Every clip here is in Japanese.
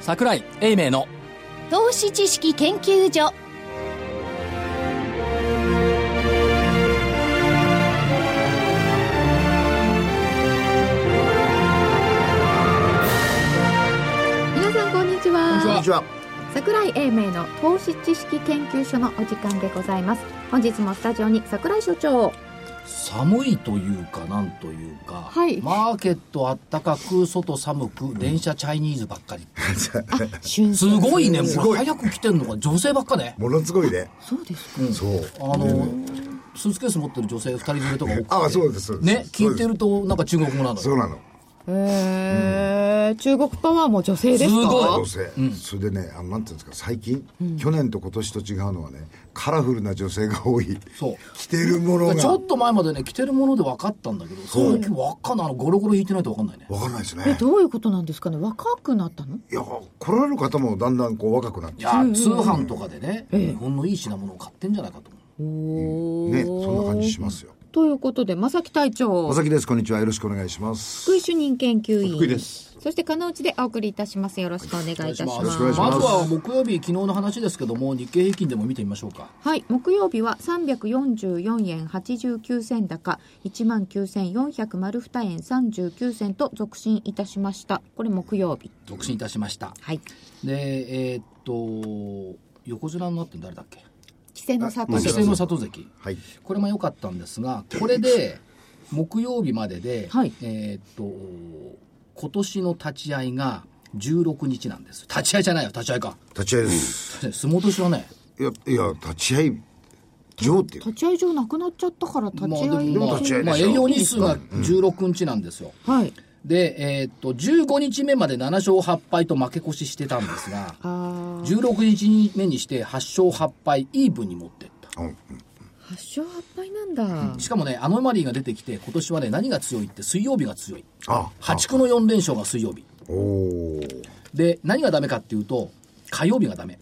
桜井英明の投資知識研究所皆さんこんにちはここんにちんにちは。桜井英明の投資知識研究所のお時間でございます本日もスタジオに桜井所長寒いというかなんというか、はいマーケットあったかく外寒く電車チャイニーズばっか り、春すごいね節もう早く来てんのが女性ばっかねものすごいね。そうですそう。あのスーツケース持ってる女性2人連れとか多くてああ、そうです。そうですね聞いて。るとなんか中国語なのそうですそうなの。えー中国パワーも女性ですかすご女性、それでねあのなんていうんですか最近、去年と今年と違うのはねカラフルな女性が多いそう着てるものがちょっと前までね着てるもので分かったんだけどその時分かんないあのゴロゴロ引いてないと分かんないねわかんないですねえどういうことなんですかね若くなったのいや来られる方もだんだんこう若くなっいてやー通販とかでね日本のいい品物を買ってんじゃないかと思うおねそんな感じしますよということで正木隊長まさきですこんにちはよろしくお願いします福井主任研究員福井ですそして金内でお送りいたしますよろしくお願いいたしますよろしくお願いしままずすは木曜日昨日の話ですけども日経平均でも見てみましょうかはい、木曜日は344円89銭高、19,400丸2円39銭と続伸いたしました。これ木曜日。続進いたしましたはい。でえーっと横綱になってるの誰だっけ規制の里稀で稀勢勢のの里関はいこれも良かったんですがこれで木曜日までで、はいえーっと今年の立ち会いが16日なんです立ち会いじゃないよ立ち会いか 立ち会いで相す、撲と一緒だねいやいや立ち会い上っていう立ち会い場なくなっちゃったから立ち会いまあ立ち会いでしょまあ営業日数が16日なんですよ、はい。で、えーっと15日目まで7勝8敗と負け越ししてたんですがあ16日目にして8勝8敗イーブンに持ってったうんうん発症発敗なんだ。しかもねアノマリーが出てきて今年はね何が強いって水曜日が強いあ破竹の4連勝が水曜日おおーで何がダメかっていうと火曜日がダメ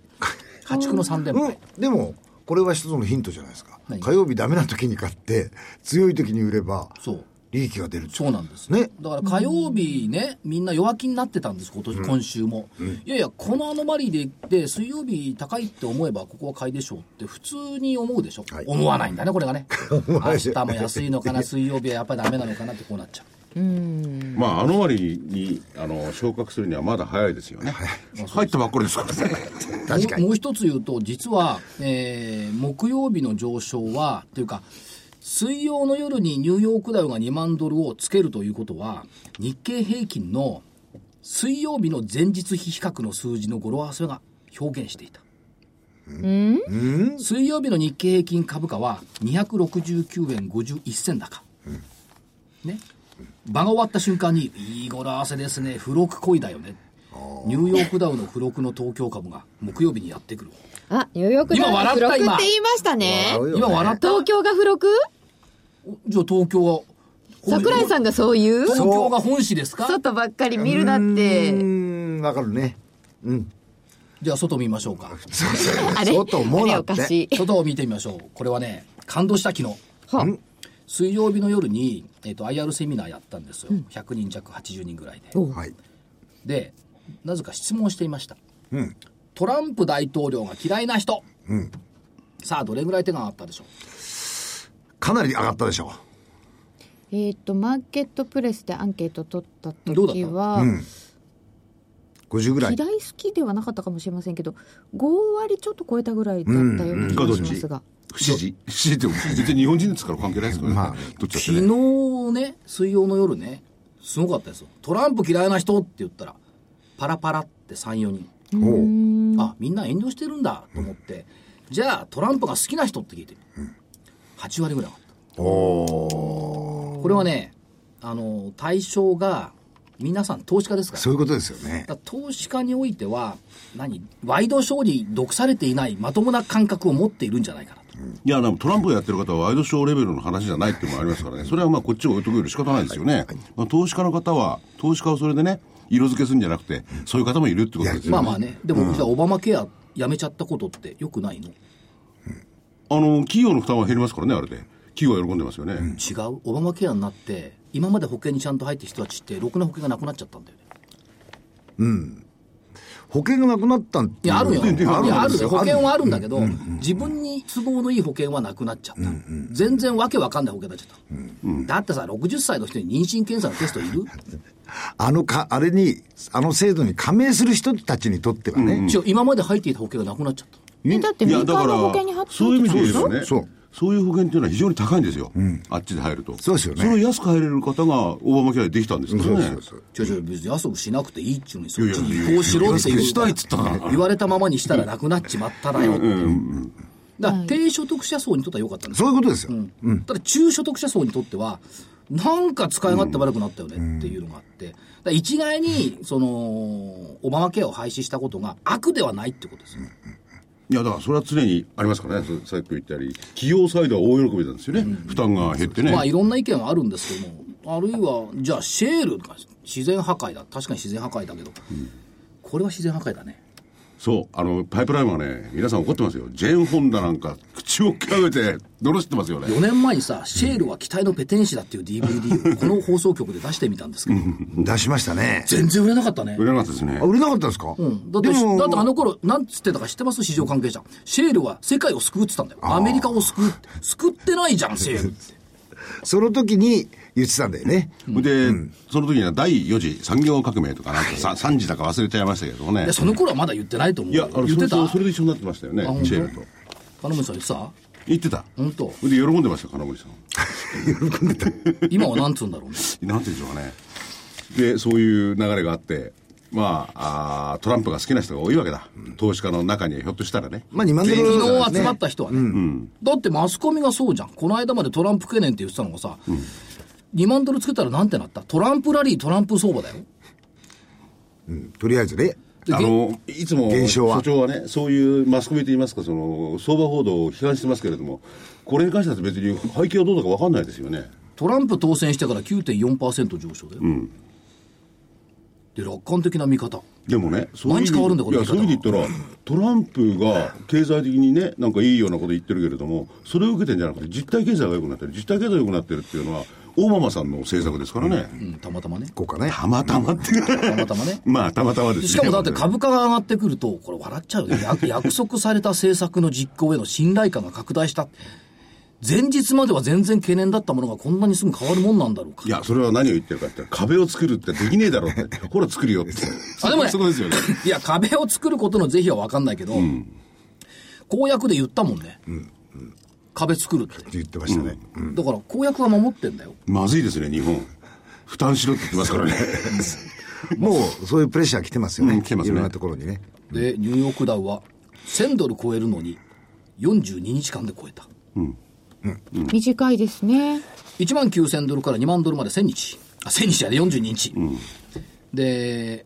破竹の3連敗、うん、でもこれは一つのヒントじゃないですか何火曜日ダメな時に買って強い時に売ればそう利益が出るっていそうなんですねだから火曜日ねみんな弱気になってたんです今年、今週も、いやいやこのアノマリーで行って水曜日高いって思えばここは買いでしょうって普通に思うでしょ、はい思わないんだねこれがね 思わな明い日も安いのかな水曜日はやっぱりダメなのかなってこうなっちゃうまあ、あの割にあの昇格するにはまだ早いですよね。入ったばっかりですからね。確かもうにもう一つ言うと実は、えー木曜日の上昇はというか水曜の夜にニューヨークダウが2万ドルをつけるということは日経平均の水曜日の前日比比較の数字の語呂合わせが表現していた水曜日の日経平均株価は269円51銭高、ね場が終わった瞬間にいい語呂合わせですね付録恋だよねニューヨークダウの付録の東京株が木曜日にやってくるあ、ニューヨーク今笑った付録今って言いましたね。笑うよ今笑った東京が付録じゃあ東京は桜井さんがそう言う東京が本市ですか外ばっかり見るなってう。ーんわかるねうんじゃあ外見ましょうかあれそうと思うあれなおっかてしい。外を見てみましょうこれはね感動した昨日は水曜日の夜に、えっと IR セミナーやったんですよ、100人弱80人ぐらいではいでなぜか質問していましたうんトランプ大統領が嫌いな人うんさあどれぐらい手があったでしょうかなり上がったでしょえっ、と、マーケットプレスでアンケート取ったどうだっ時たは、ううん50ぐらい嫌い好きではなかったかもしれませんけど5割ちょっと超えたぐらいだったような気がしますが、不支持。不支持って別に日本人ですから関係ないですからね。まあどっちだって昨ね。日ね水曜の夜ねすごかったですよトランプ嫌いな人って言ったらパラパラって34人おうあみんな遠慮してるんだと思って、じゃあトランプが好きな人って聞いてみる、8割ぐらい上がったおーこれはねあの対象が皆さん投資家ですからそういうことですよねだから投資家においては何ワイドショーに毒されていないまともな感覚を持っているんじゃないかなと、いや、でもトランプをやってる方はワイドショーレベルの話じゃないっていうのもありますからね。それはまあこっちを置いとくより仕方ないですよね。まあ、投資家の方は、投資家をそれでね、色付けするんじゃなくて、そういう方もいるってことですよね。まあまあねでも、じゃあオバマケアやめちゃったことってよくないのあの、企業の負担は減りますからね、あれで。企業は喜んでますよね。違うオバマケアになって今まで保険にちゃんと入ってる人たちってろくな保険がなくなっちゃったんだよね保険がなくなったんっていや、あるよ。あるんいですよや、あるよ。保険はあるんだけどど、自分に都合のいい保険はなくなっちゃった。全然わけわかんない保険になっちゃった。だってさ、60歳の人に妊娠検査のテストいるあのか、あれに、あの制度に加盟する人たちにとってはね、一応今まで入っていた保険がなくなっちゃった。えだってい民や間だからの保険に入ってそういう意味でで言えしょばねそそうういう保険っていうのは非常に高いんですよ、あっちで入るとそうですよねそれを安く入れる方がオバマキャリアできたんですからねちょちょ、別に安くしなくていいっちゅうのに、そいっやちいやに移行しろっていう。いやいやしたいっつったから言われたままにしたらなくなっちまっただよっていう。だから低所得者層にとっては良かったんですそういうことですよ。ただ中所得者層にとっては、なんか使い勝手悪くなったよねっていうのがあって、だから一概に、その、オバマケアを廃止したことが悪ではないってことですよ。いやだからそれは常にありますからねそさっき言ったように企業サイドは大喜びなんですよね、負担が減ってね、まあいろんな意見はあるんですけども、あるいは、じゃあシェールとか自然破壊だ。確かに自然破壊だけど、これは自然破壊だね。そうあのパイプラインはね皆さん怒ってますよジェーン・ホンダなんか口をきわめて のろしてますよね4年前にさ、シェールは機体のペテン師だっていう DVD をこの放送局で出してみたんですけど、出しましたね。全然売れなかったね売。れなかったですねあ、売れなかったんですか、うんだって、でもだってあの頃、なんつってたか知ってます市場関係者。シェールは世界を救うって言ったんだよ。アメリカを救うって。救ってないじゃん、シェ ールって。その時に言ってたんだよね。で、その時には第4次産業革命とかなんか 3, 時だか忘れちゃいましたけどもねいや、その頃はまだ言ってないと思ういやよ。あの言ってそれたとそれで一緒になってましたよね本当シェールと金森さん言ってた言ってた本当それで喜んでました金森さん今はなんつうんだろ うね。なんていうんでしょうかねでそういう流れがあってまああートランプが好きな人が多いわけだ、投資家の中にはひょっとしたらねまあ2万ドル昨日集まねっ。た人はね、だってマスコミがそうじゃんこの間までトランプ懸念って言ってたのがさ、2万ドルつけたらなんてなったトランプラリートランプ相場だよとりあえずね。であのいつも現象は所長はねそういうマスコミといいますかその相場報道を批判してますけれどもこれに関しては別に背景はどうだか分かんないですよねトランプ当選してから9.4%上昇だよ、で楽観的な見方でもね、そういう毎日変わるんだこいれや、そういう意味で言ったら、トランプが経済的にね、なんかいいようなこと言ってるけれども、それを受けてんじゃなくて、実体経済が良くなってる、実体経済が良くなってるっていうのは、オバマさんの政策ですからね、うんたまたまねこうかね。たまたまって、 たまたまねまあ、たまたまでですねしかもだって株価が上がってくるとこれ笑っちゃうよね約 約束された政策の実行への信頼感が拡大した前日までは全然懸念だったものがこんなにすぐ変わるもんなんだろうかいや、それは何を言ってるかって、壁を作るってできねえだろうって、ほら、作るよって、あでもねそこですよね。 いや、壁を作ることの是非は分かんないけど、公約で言ったもんね。壁作るって。って言ってましたね。だから公約は守ってんだよ。まずいですね、日本。負担しろって言ってますからね。もうそういうプレッシャー来てますよね。うん来てますねいろんなところにね。で、ニューヨークダウは1000ドル超えるのに42日間で超えた。短いですね1万9000ドルから2万ドルまで1000日。あ、1000日やで42日。で、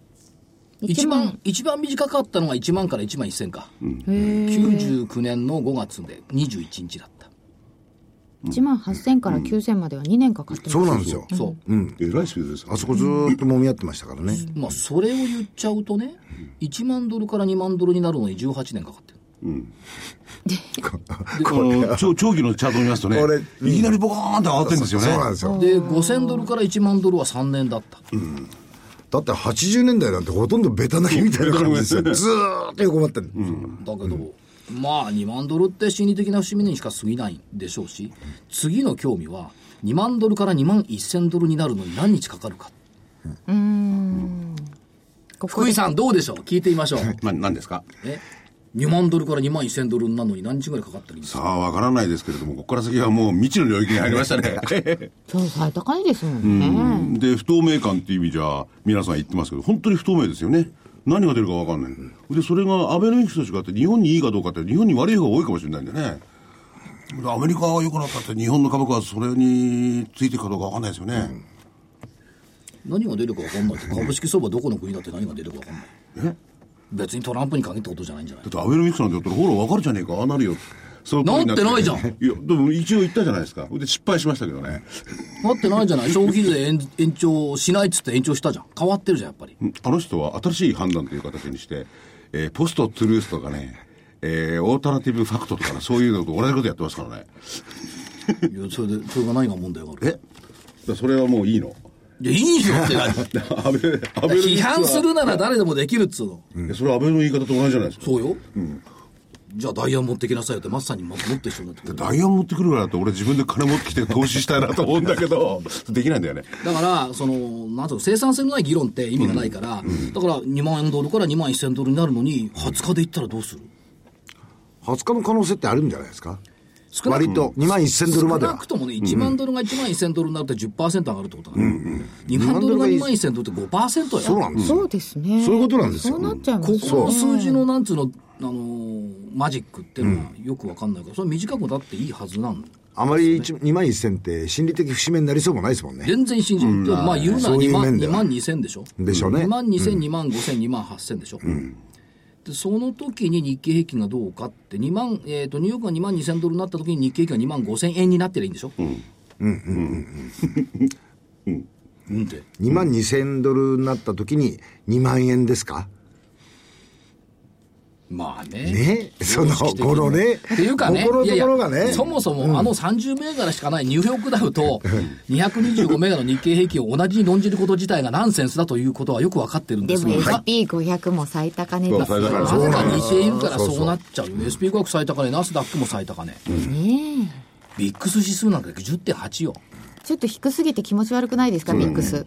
一1万番、一番短かったのが1万から1万1000か。へえ99年の5月で21日だった。 1万8000から9000までは2年かかってますそうなんですよ。そう。えらいスピードですからあねそこずーっと揉み合ってましたからね。まあ、それを言っちゃうとね、1万ドルから2万ドルになるのに18年かかってる。でこの長長期のチャートを見ますとねこれ、いきなりボコーンって上がってるんですよね。そうなんですよ。で、5000ドルから1万ドルは3年だった。だって80年代なんてほとんどベタなきみたいな感じですよ。ずーっと横ばってる。だけど、まあ、2万ドルって心理的な節目にしか過ぎないんでしょうし、次の興味は、2万ドルから2万1000ドルになるのに何日かかるか。ここ福井さんどうでしょう聞いてみましょう。まあ、何ですかね。2万ドルから2万1000ドルになるのに何日ぐらいかかったらいいんですかさあ、わからないですけれども、ここから先はもう未知の領域に入りましたね。今日最高値ですもんねで、不透明感っていう意味じゃ、皆さん言ってますけど、本当に不透明ですよね。何が出るかわかんない。で、それがアベノミクスと違って、日本にいいかどうかって、日本に悪い方が多いかもしれないんでね。でアメリカが良くなったって、日本の株価はそれについていくかどうかわかんないですよね。何が出るか分かんないって株式相場どこの国だって何が出るか分かんない。別にトランプに限ったことじゃないんじゃないだってアベノミクスなんてやったら、ほら、わかるじゃねえか、ああなるよ。そううことになってないじゃんいや、でも一応言ったじゃないですか。で、失敗しましたけどね。なってないじゃない消費税延延長しないっつって延長したじゃん変わってるじゃんやっぱりあの人は新しい判断という形にして、えーポストトゥルースとかね、えーオータナティブファクトとかね、そういうのと同じことやってますからね。いやそれでそれが何が問題があるえそれはもういいの。 いや、いいよって何安倍、安倍の批判するなら誰でもできるっつうの。いやそれ安倍の言い方と同じじゃないですか。そうよ。じゃあダイヤ持ってきなさいよって、まさにもっと一緒になってくる。ダイヤ持ってくるからって俺自分で金持ってきて投資したいなと思うんだけど、 できないんだよね。だから、その、なんていうの、生産性のない議論って意味がないから、だから2万円ドルから2万1000ドルになるのに、20日で行ったらどうする20日の可能性ってあるんじゃないですか少なく割と2万1000ドルまで少なはく。ともね、1万ドルが1万1000ドルになるって10%上がるってことだから、2万ドルが2万1000ドルって5%や。そうなんです。そうですね。そういうことなんですよそうなっちゃいますこね。この数字のなんつうの、あのーマジックっていうのはよくわかんないから、それ短くだっていいはずなの。あまり1 2万1000って心理的節目になりそうもないですもんね。全然信じる。でもまあ言うならそうい2う万面で2は万2000でしょ。でしょうね2万2000、2万5000、2万8000でしょ。で、その時に日経平均がどうかって、2万、えっ、と、ニューヨークが2万2000ドルになった時に日経平均が2万5000円になってりゃいいんでしょ。うん。うん。うん。うん。って。 2万2000ドルになった時に2万円ですかまあね。ねその、このね、っていうかね、ここのところがいやいね、やそもそもあの30銘柄しかないニューヨークダウと、225銘柄の日経平均を同じに論じること自体がナンセンスだということはよく分かってるんでですもが、 SP500 も最高値ですそう最高な値よ。ぜか似ているからそうなっちゃうよ。SP500 最高値、ナスダックも最高値。ねビックス指数なんか10.8よ。えちょっと低すぎて気持ち悪くないですか、ミックス。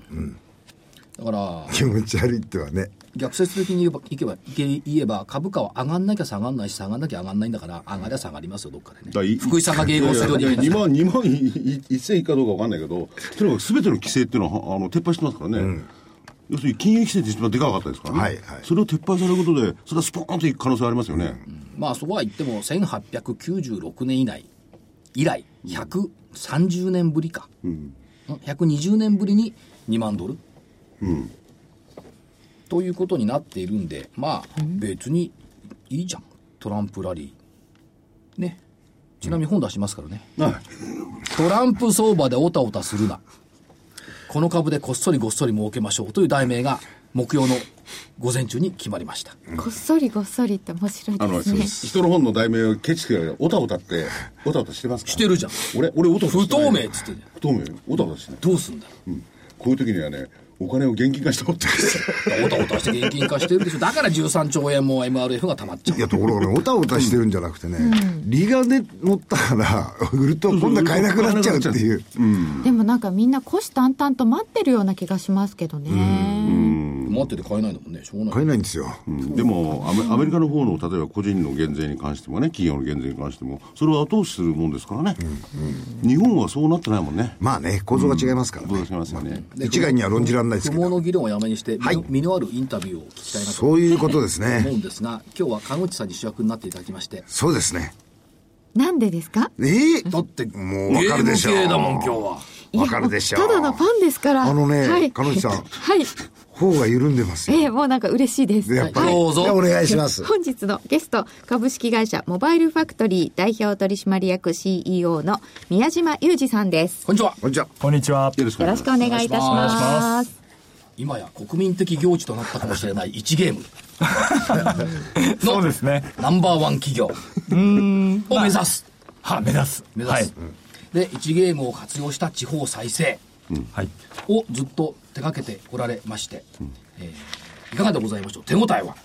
だから、気持ち悪いってはね、逆説的に言えば、いけばいけ言えば株価は上がんなきゃ下がんないし、下がんなきゃ上がんないんだから、上がりゃ下がりますよ、どっかでね。だい福井さんが迎合するようにいや言いいやまし2た万、2万1000いくかどうかわかんないけど、とにかく全ての規制っていうのはあの撤廃してますからね。要するに金融規制って一番でかかったですからね、はいはいそれを撤廃されることで、それはスポーンといく可能性ありますよね、まあそこは言っても1896年以来以来130年ぶりか、ん120年ぶりに2万ドル、ということになっているんでまあ別にいいじゃんトランプラリーねちなみに本出しますからね、はいトランプ相場でオタオタするなこの株でこっそりごっそり儲けましょうという題名が木曜の午前中に決まりましたこっそりごっそりって面白いあのですね。人の本の題名をケチつけられて、おたおたって、おたおたしてますかしてるじゃん俺、俺、おたおた不してな透い明っつってんじゃん不透明、おたおたしてない。どうすんだうんこういう時にはね、お金を現金化しておって。おたおたして現金化してるでしょ。だから13兆円も MRF が溜まっちゃうい。や、ところがね、おたおたしてるんじゃなくてね、利がで乗ったから、売ると今度は買えなくなっちゃうっていう。でもなんかみんな虎視眈々と待ってるような気がしますけどね。待ってて買えないんだもんね。しょうがない。買えないんですよ。うんでもアメ、アメリカの方の、例えば個人の減税に関してもね、企業の減税に関しても、それを後押しするもんですからね。日本はそうなってないもんね。まあね、構造が違いますからどうねし。ますよね。一概には論じられないです不け毛ど。の議論をやめにして、はい身の身のあるインタビューを聞きたいなとそういうことです思うね。んですが、今日は川口さんに主役になっていただきまして。そうですね。なんでですかええだって、もうわかるでしょうゲーム系だもん、今日は。いやわかるでしょうただのファンですから。あのねはい彼女さんはい。方が緩んでますよ。ええ、もうなんか嬉しいです。やっぱり。どうぞじゃあお願いします。本日のゲスト、株式会社モバイルファクトリー代表取締役 CEO の宮島裕二さんです。こんにちは。こんにちは。こんにちは。よろしくおよ願ろいしくしお願いいたします。今や国民的行事となったかもしれない1ゲーム。 そうですね。ナンバーワン企業。を目指す。は、目指す。目は指いす。。で、1ゲームを活用した地方再生。はい。をずっと手掛けておられまして、えーいかがでございましょう手応えは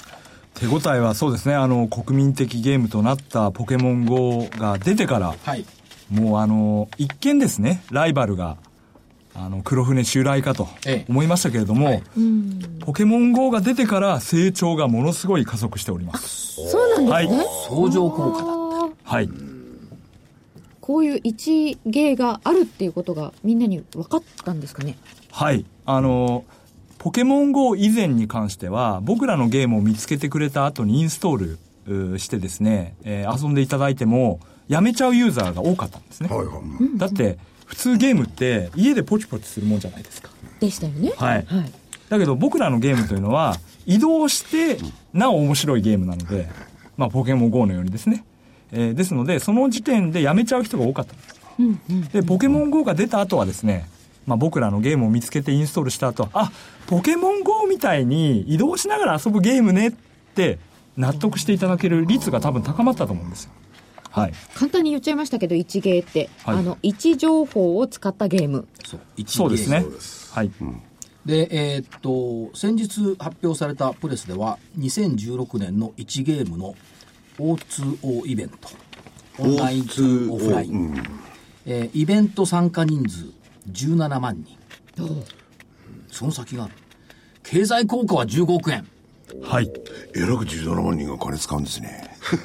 手応えはそうですね、あの、国民的ゲームとなったポケモン GO が出てから、はいもうあの、一見ですね、ライバルが、あの、黒船襲来かとええ思いましたけれども、ポケモン GO が出てから成長がものすごい加速しております。そうなんですね。相乗効果だはい。こういう一芸があるっていうことがみんなに分かったんですかね。はい。あの、ポケモン GO 以前に関しては、僕らのゲームを見つけてくれた後にインストールうーしてですね、えー遊んでいただいても、やめちゃうユーザーが多かったんですね。はいはい。だって、普通ゲームって家でポチポチするもんじゃないですか。でしたよね。はいだけど僕らのゲームというのは、移動して、なお面白いゲームなので、まあ、ポケモン GO のようにですね。えーですので、その時点でやめちゃう人が多かったんです。で、ポケモン GO が出た後はですね、まあ、僕らのゲームを見つけてインストールした後は、あ、ポケモン GO みたいに移動しながら遊ぶゲームねって納得していただける率が多分高まったと思うんですよ。はい。簡単に言っちゃいましたけど、一芸って、はいあの、位置情報を使ったゲーム。そう一そうですねそうで。すはい。で、えーっと、先日発表されたプレスでは、2016年の1ゲームの O2O イベント。オンラインツーオフライン。えーイベント参加人数17万人。その先がある。経済効果は15億円。はい。えらく17万人が金使うんですね。だ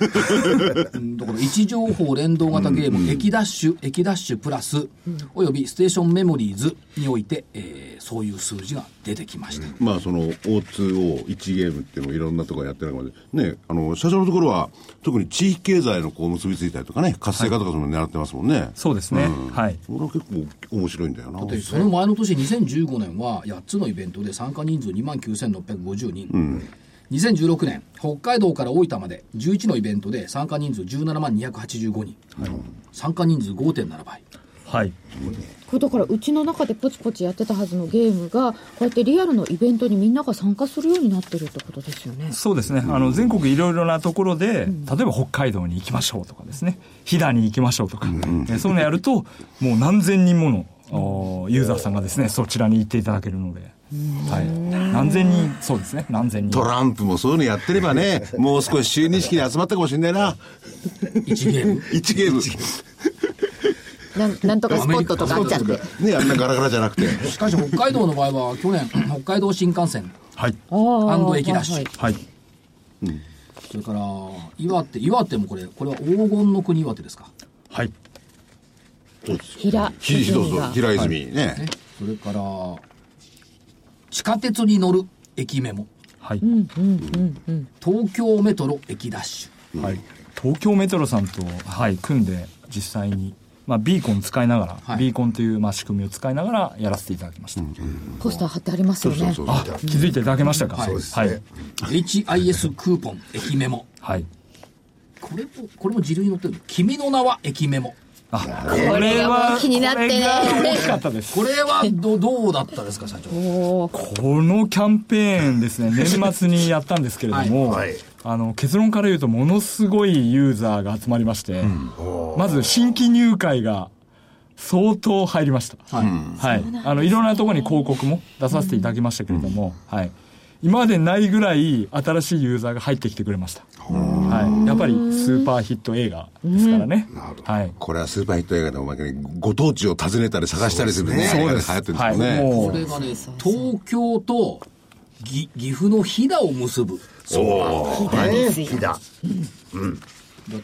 から位置情報連動型ゲーム、駅ダッシュ、駅ダッシュプラス、およびステーションメモリーズにおいて、えーそういう数字が出てきました。まあその O2O1 ゲームっていうのをいろんなところやってる中で、ね、あの、社長のところは特に地域経済のこう結びついたりとかね、活性化とかその狙ってますもんね。そうですね。はい。それは結構面白いんだよな。でその前の年2015年は8つのイベントで参加人数2万9650人、2016年北海道から大分まで11のイベントで参加人数17万285人、参加人数5.7倍はい。これだから、うちの中でポチポチやってたはずのゲームが、こうやってリアルのイベントにみんなが参加するようになってるってことですよね。そうですね。あの、全国いろいろなところで、例えば北海道に行きましょうとかですね、飛騨に行きましょうとか、えーそういうのやると、もう何千人ものおーユーザーさんがですね、そちらに行っていただけるので、はい。何千人、そうですね、何千人ト。ランプもそういうのやってれば ね、もう少し就任式に集まったかもしれないな。 1ゲーム1ゲーム。なんなんとかスポットとかあっちゃって。ね、あんなガラガラじゃなくて。しかし北海道の場合は去年北海道新幹線はい。あーアンド駅ダッシュはいはい。それから岩手岩手もこれこれは黄金の国岩手ですか、はい。平ひひどう泉ぞが平泉ねね、それから地下鉄に乗る駅メモはい。東京メトロ駅ダッシュはい、東京メトロさんと、はい、組んで実際に、まあ、ビーコン使いながら、はいビーコンという、まあ、仕組みを使いながらやらせていただきました、ポスター貼ってありますよね。そうあ気づいていただけましたか、はいそうですねはい、 HIS クーポン駅メモはい、これもこれも自流に載ってるの君の名は駅メモあこれは気になってねこれが惜しかったですこれはどどうだったですか社長このキャンペーンですね、年末にやったんですけれども、はいはいあの結論から言うと、ものすごいユーザーが集まりまして、まず新規入会が相当入りました。はい。あの、いろんなところに広告も出させていただきましたけれども、はい。今までないぐらい新しいユーザーが入ってきてくれました。はい。やっぱりスーパーヒット映画ですからね。はい。これはスーパーヒット映画でおまけにご当地を訪ねたり探したりするねそう映画でです流行ってるんはでい。すもんねもこれがね東京とぎ岐阜の飛騨を結ぶそうねひだ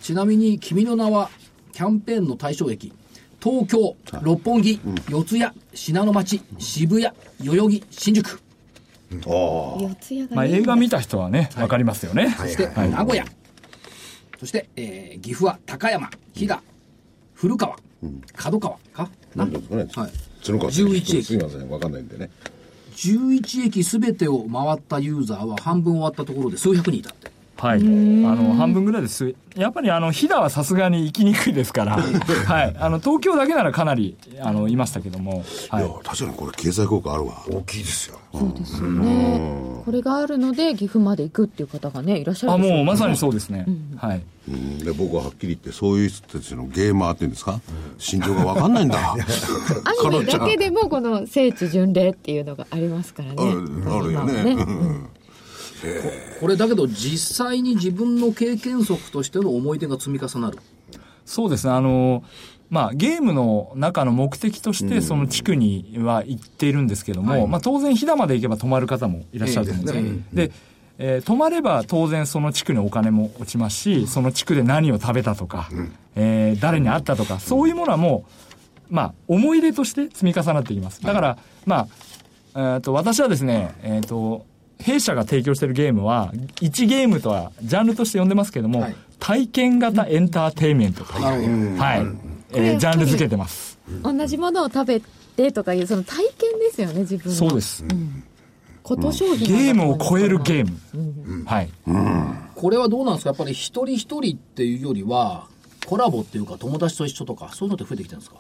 ちなみに君の名はキャンペーンの対象駅東京六本木、四谷信濃町渋谷代々木新宿四ツ谷がまあ映画見た人はね、わかりますよね。そして名古屋、そして、えー岐阜は高山飛騨古川角川かななんですかねはい角川さん11駅すいませんわかんないんでね11駅すべてを回ったユーザーは半分終わったところで数百人いたってはい。あの、半分ぐらいです。やっぱりあの、飛騨はさすがに行きにくいです から、はい。あの、東京だけならかなり、あの、いましたけども、はいやい。確かにこれ経済効果あるわ大きいですよそうですよね。これがあるので、岐阜まで行くっていう方がね、いらっしゃあ、るでしょもううまさにそうですね。はい。うんで僕ははっきり言ってそういう人たちのゲーマーっていうんですか心情がわかんないんだアニメだけででもこの聖地巡礼っていうのがありますからね。あるあるよね今うはねんこれだけど実際に自分の経験則としての思い出が積み重なるそうですね。あの、まあ、ゲームの中の目的として、その地区には行っているんですけども、まあ、当然、飛騨まで行けば泊まる方もいらっしゃると思うんですよ。で、えー泊まれば当然その地区にお金も落ちますし、その地区で何を食べたとか、えー誰に会ったとか、そういうものはもう、まあ、思い出として積み重なっていきます。だから、まあ、えーと、私はですね、えっ、と、弊社が提供しているゲームは、1ゲームとは、ジャンルとして呼んでますけども、はい体験型エンターテインメントと。なるほどはい。えージャンル付けてます。同じものを食べてとかいう、その体験ですよね、自分の。そうで。す。こと商品ゲームを超えるゲム。ーム。はい。これはどうなんですかやっぱり一人一人っていうよりはコラボっていうか友達と一緒とかそういうのって増えてきてるんですか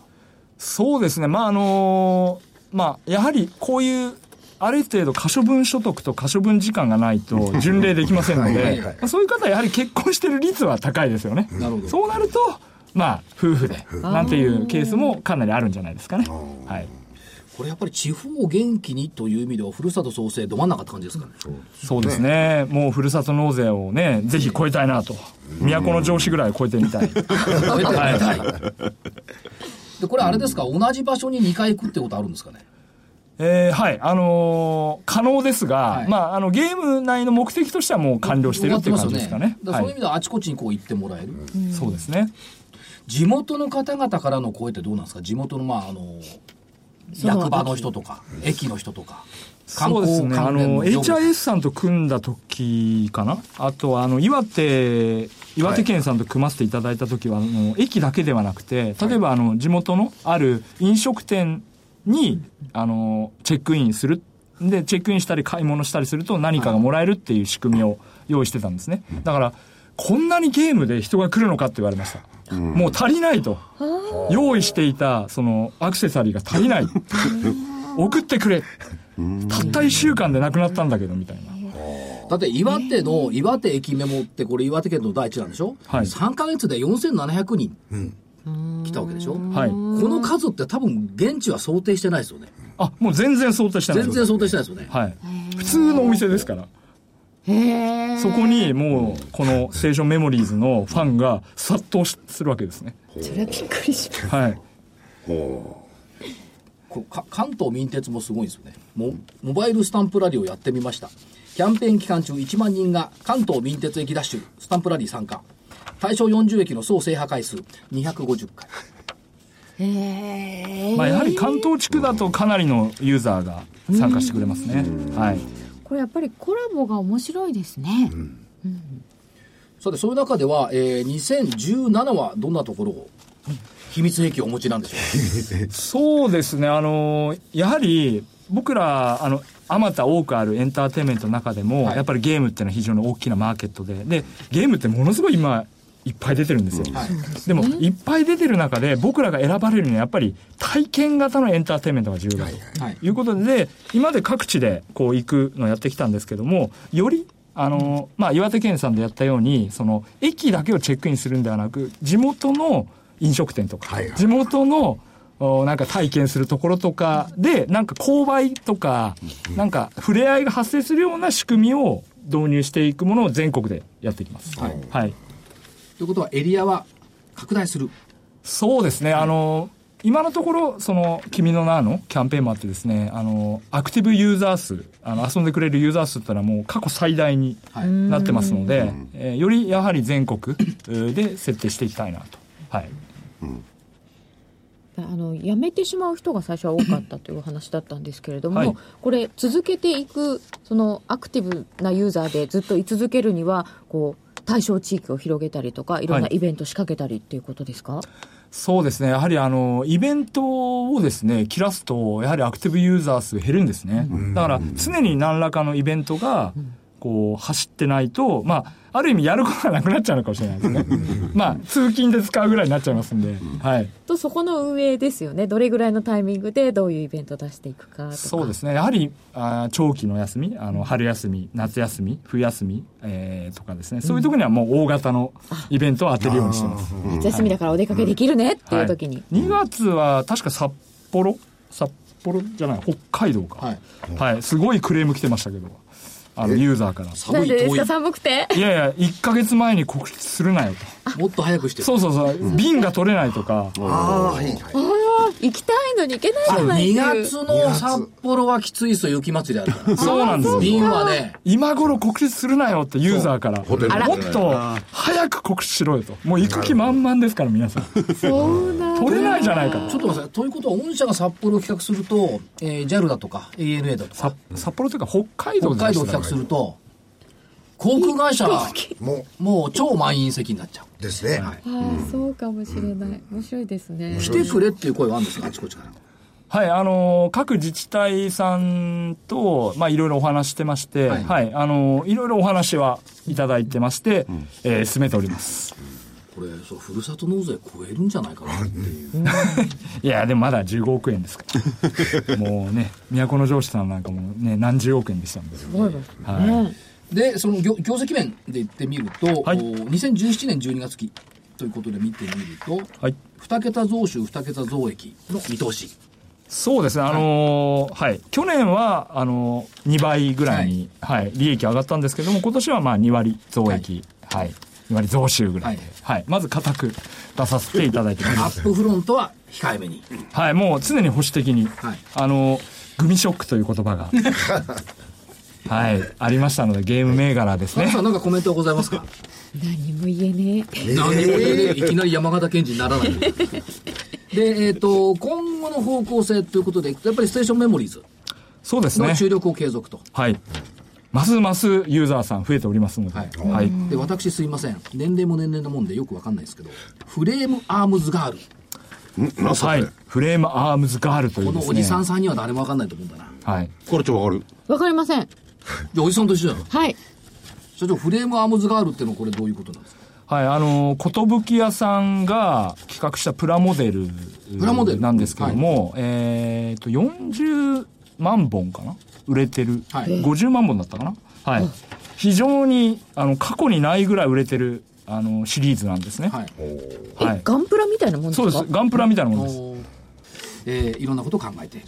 そうですね。まあ、あのーまあ、やはりこういうある程度可処分所得と可処分時間がないと巡礼できませんのではいはいはいまあそういう方はやはり結婚してる率は高いですよねなるほどそうなるとまあ夫婦でなんていうケースもかなりあるんじゃないですかねはいこれやっぱり地方を元気にという意味では、ふるさと創生、ど真ん中って感じですかね。そうですねもうふるさと納税をねぜひ超えたいなと都の上司ぐらい超えてみたい超えてはいたい。で、これあれですか、同じ場所に2回行くってことあるんですかね。えーはい、あのー可能ですが、はいまあ、あの、ゲーム内の目的としてはもう完了してるっていう感じですかね。だらはそういう意味い、ではあちこちにこう行ってもらえる。そうですね。地元の方々からの声ってどうなんですか地元の、まあ、あの、役場の人とか、駅の人とか、観そうです光ね。あ関連の、の情報 HIS さんと組んだ時かなあとは、あの、岩手、岩手県さんと組ませていただいた時は、あの、駅だけではなくて、例えば、あの、地元のある飲食店に、あの、チェックインする。で、チェックインしたり買い物したりすると何かがもらえるっていう仕組みを用意してたんですね。だから、こんなにゲームで人が来るのかって言われました。もう足りないと。用意していた、その、アクセサリーが足りない。送ってくれ。たった1週間でなくなったんだけど、みたいな。だって岩手の、岩手駅メモってこれ岩手県の第一なんでしょ、はい3ヶ月で4700人来たわけでしょ、はい。この数って多分現地は想定してないですよね。あ、もう全然想定してない。全然想定してないですよね。はい。普通のお店ですから。へえ。そこにもう、このステーションメモリーズのファンが殺到しするわけですね。それはびっくりしまはい。こか関東民鉄もすごいんですよねモモバイルスタンプラリーをやってみましたキャンペーン期間中1万人が関東民鉄駅ダッシュスタンプラリー参加対象40駅の総制覇回数250回へえ。まあ、やはり関東地区だとかなりのユーザーが参加してくれますね。はい。これやっぱりコラボが面白いですね。さてそういう中では、えー2017はどんなところを秘密兵器をお持ちなんでしょそうですね、あのやはり僕ら、あの、あまた多くあるエンターテインメントの中でも、はいやっぱりゲームっていうのは非常に大きなマーケットで、で、ゲームってものすごい今、いっぱい出てるんですよ。うか、はい、でも、いっぱい出てる中で、僕らが選ばれるには、やっぱり体験型のエンターテインメントが重要だ と。はいということで、今まで各地でこう行くのをやってきたんですけども、より、あの、まあ、岩手県さんでやったように、その、駅だけをチェックインするんではなく、地元の飲食店とか、はいはい地元の、おなんか体験するところとかで、なんか購買とか、なんか触れ合いが発生するような仕組みを導入していくものを全国でやっていきます。はいはい。ということはエリアは拡大するそうですね、あの今のところ、その君の名のキャンペーンもあってですね、あのアクティブユーザー数、あの遊んでくれるユーザー数っていうのはもう過去最大にはいなってますので、えーよりやはり全国えーで設定していきたいなと。はい、あの辞めてしまう人が最初は多かったというお話だったんですけれども、はいこれ続けていくそのアクティブなユーザーでずっと居続けるにはこう対象地域を広げたりとかいろんなはいイベント仕掛けたりっていうことですか、そうですね。やはりあの、イベントをですね、切らすと、やはりアクティブユーザー数減るんですね。だから、常に何らかのイベントが、こう、走ってないと、まあ、ある意味やることがなくなっちゃうのかもしれないですね。まあ、通勤で使うぐらいになっちゃいますんで、はい。とそこの運営ですよねどれぐらいのタイミングでどういうイベントを出していくかとかそうですね、やはりあー長期の休み、あの春休み、夏休み、冬休み、えーとかですね、そういう時にはもう大型のイベントを当てるようにしてます。夏休みだからお出かけできるねっていう時に、 2月は確か札幌、札幌じゃない、北海道か、ははいいすごいクレーム来てましたけど、あのユーザーから。寒いなんでです遠いか寒くていやいや、1ヶ月前に告知するなよ もっと早くしてと。そうそうそう、瓶が取れないとか、ああー、はいはい。行きたいのに行けないじゃない2っていう月の札幌はきついですよ雪祭りある からそうなんですよ。瓶はね今頃告知するなよってユーザーから、もテルのっと早く告知しろよと。もう行く気満々ですから、皆さん。そうなんだ取れないじゃないかちょっと待ってください。ということは、御社が札幌を企画すると、えー、JAL だとか ANA だとか、さ札幌というか北海道北海で道を企画すると、航空会社がももう超満員席になっちゃう。うですね。ああそうかもしれない面白いですね来てくれっていう声はあるんですか、あちこちから。はい、あのー各自治体さんと、まあ、いろいろお話してまして、ははいい、あのーいろいろお話はいただいてまして、えー進めております。これそうふるさと納税超えるんじゃないかなっていういや、でもまだ15億円です から。もうね、都城市さんなんかもね、何十億円でしたんで。すごいですね。でその業業績面で言ってみると、はいお2017年12月期ということで見てみると、はい。 2桁増収2桁増益の見通しそうですね、あのーはい、去年は、あのー、2倍ぐらいに、はい、利益上がったんですけども、今年はまあ2割増益、はい、2割増収ぐらいで、はいはい、まず固く出させていただいてア ます。ップフロントは控えめにはい、もう常に保守的に、はいあのーグミショックという言葉 が、はい、ありましたので、ゲーム銘柄です加ね藤。さん何かコメントはございますか何も言えねえ。なんでこれでいきなり山形県人になら ないので、えっと今後の方向性ということでやっぱりステーションメモリーズそうですのね。注力を継続と、はい。ますますユーザーさん増えておりますので、ははいい。で私すいません年齢も年齢なもんでよくわかんないですけどフレームアームズガールんなんすかはこれい。フレームアームズガールというこですね。のおじさんさんには誰もわかんないと思うんだなはい。これちょっとわかるわかりません。でおじさんと一緒だよはい。社長フレームアームズガールってのはこれどういうことなんですかはい、あの、寿屋さんが企画したプラモデルプラモデルなんですけども、えっ、と、40万本かな売れてる、はい50万本だったかなはい。非常に、あの、過去にないぐらい売れてる、あの、シリーズなんですね。はいえ、はいガンプラみたいなもんですそうかです。ガンプラみたいなものです。おーえーいろんなことを考えている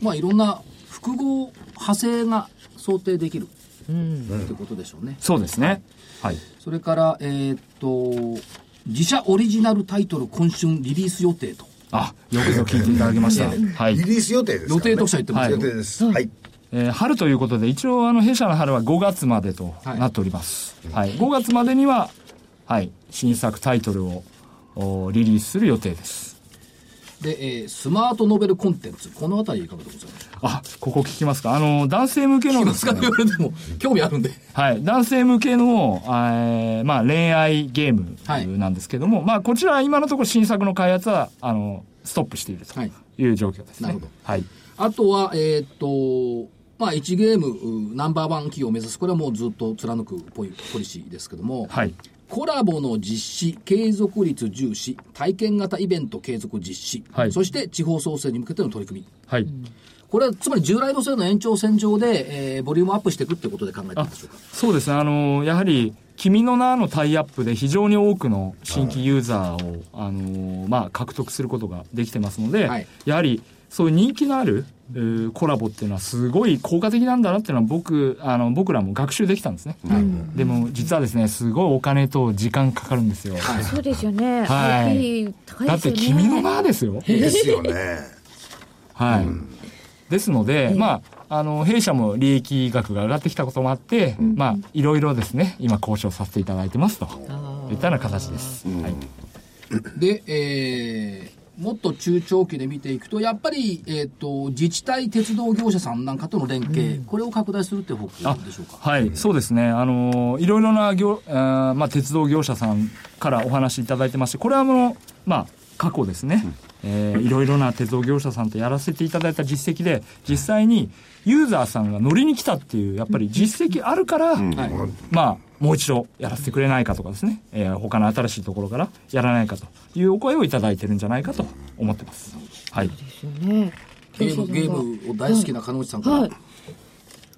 まあいろんな複合派生が想定できるということでしょうね、そうですね。はい。それからえーっと自社オリジナルタイトル今春リリース予定とあ、よくぞ聞いていただきました。はいリ。リース予定ですから予ね定としては言ってますよ、予定です。はい。えー春ということで、一応、あの、弊社の春は5月までとはいなっております。はい。5月までには、はい、新作タイトルをおリリースする予定です。で、えースマートノベルコンテンツこの辺りいかがでございますかあ、ここ聞きますかあの、男性向けのですかね言われても興味あるんではい、男性向けの、えーまあ、恋愛ゲームなんですけども、まあ、こちらは今のところ新作の開発は、あの、ストップしているとはいいう状況ですなね。るほどはい。あとは、えーっと、まあ、1ゲームうナンバーワン企業を目指す、これはもうずっと貫くポイポリシーですけども、はいコラボの実施、継続率重視、体験型イベント継続実施、はいそして地方創生に向けての取り組み。はい。これはつまり従来路線の延長線上で、えーボリュームアップしていくってことで考えてるんでしょうか。そうですね、あのやはり、君の名のタイアップで非常に多くの新規ユーザーを、あのまあ、獲得することができてますので、はいやはり、そういう人気のあるうーコラボっていうのはすごい効果的なんだなっていうのは僕、あの、僕らも学習できたんですね。でも実はですね、すごいお金と時間かかるんですよ。そうですよね。はい IP 高いだでっすてよね。君の名ですよ。ですよね。はい。ですので、まあ、あの、弊社も利益額が上がってきたこともあって、まあ、いろいろですね、今交渉させていただいてますと、いったような形です。はい。で、えーもっと中長期で見ていくと、やっぱり、えーっと、自治体、鉄道業者さんなんかとの連携、これを拡大するって方向でしょうか。はい、そうですね。あの、いろいろな業、あーまあ、鉄道業者さんからお話いただいてまして、これはもう、まあ、過去ですね、えーいろいろな鉄道業者さんとやらせていただいた実績で、実際にユーザーさんが乗りに来たっていう、やっぱり実績あるから、はいまあ、もう一度やらせてくれないかとかですね、えー他の新しいところからやらないかというお声をいただいてるんじゃないかと思ってます。はい。ですよね。ゲーム、ゲームを大好きな金内さんから、はい。も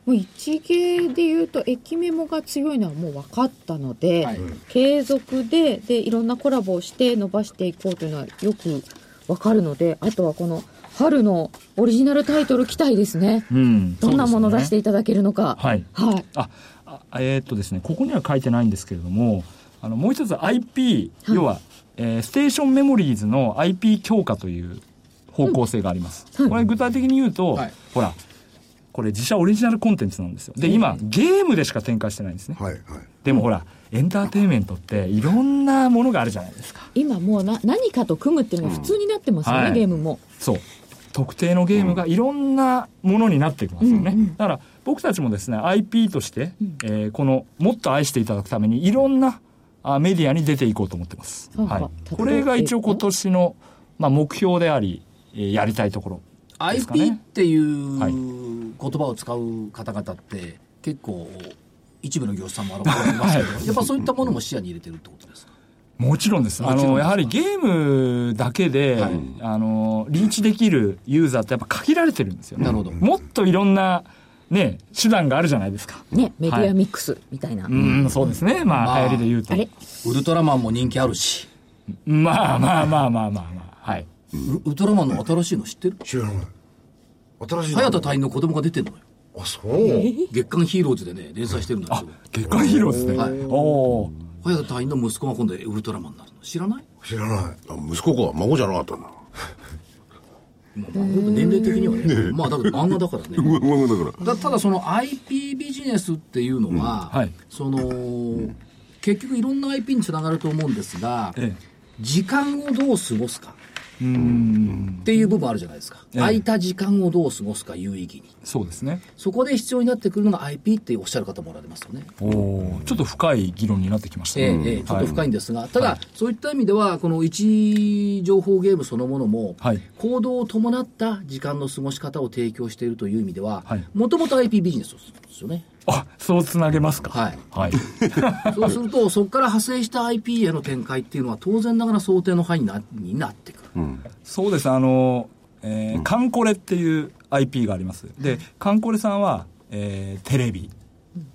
う一芸で言うと、駅メモが強いのはもう分かったので、はい継続で、で、いろんなコラボをして伸ばしていこうというのはよく分かるので、あとはこの春のオリジナルタイトル期待ですね。うんどんなものを出していいただけるのか。はいはい。あ、あえーっとですね、ここには書いてないんですけれども、あの、もう一つ IP、要は、えーステーションメモリーズの IP 強化という方向性があります。うんはいこれ具体的に言うと、はいほら、これ自社オリジナルコンテンツなんですよ。で、今、ゲームでしか展開してないんですね。はいはい。でもほら、エンターテインメントっていろんなものがあるじゃないですか。今もうな何かと組むっていうのが普通になってますよね、はいゲームも。そう。特定のゲームがいろんなものになってきますよね。だから僕たちもですね、IP として、えーこの、もっと愛していただくためにいろんなあメディアに出ていこうと思ってます。うんは例えい。ばこれが一応今年の、まあ、目標であり、えーやりたいところ。ですかね IP っていうはい言葉を使う方々って結構一部の業者さんもあると思いますけど、やっぱそういったものも視野に入れてるってことですかもちろんです。あの、やはりゲームだけで、あの、リーチできるユーザーってやっぱ限られてるんですよね。なるほどもっといろんな、ね、手段があるじゃないですか。ね、メディアミックスみたいな。うん、そうですね。まあ、流行りで言うと。あれウルトラマンも人気あるし、まあまあまあまあまあまあ。はい。ウウルトラマンの新しいの知ってる知らない。新しいの。早田隊員の子供が出てんのよ。あ、そう。月刊ヒーローズでね、連載してるんだけど、結婚ヒーローですね。おお。早田隊員の息子が今度ウルトラマンになるの。知らない知らない。あ息子か孫じゃなかったんだまあ年齢的にはね。まあだけど漫画だからね。孫だからだただその IP ビジネスっていうのは、うんはいその結局いろんな IP につながると思うんですが、ええ時間をどう過ごすかっていう部分あるじゃないですか、ええ空いた時間をどう過ごすか有意義にそうですね。そこで必要になってくるのが IP っておっしゃる方もおられますよね、おお。ちょっと深い議論になってきましたええね。ええちょっと深はいんですが、ただ、そういった意味ではこの位置情報ゲームそのものも、はい行動を伴った時間の過ごし方を提供しているという意味でははいもともと IP ビジネスですよねあ、そうつなげますか。はい。はい。そうすると、そこから派生した IP への展開っていうのは、当然ながら想定の範囲になになってくる。そうです。あの、えーカンコレっていう IP があります。で、カンコレさんは、えーテレビ、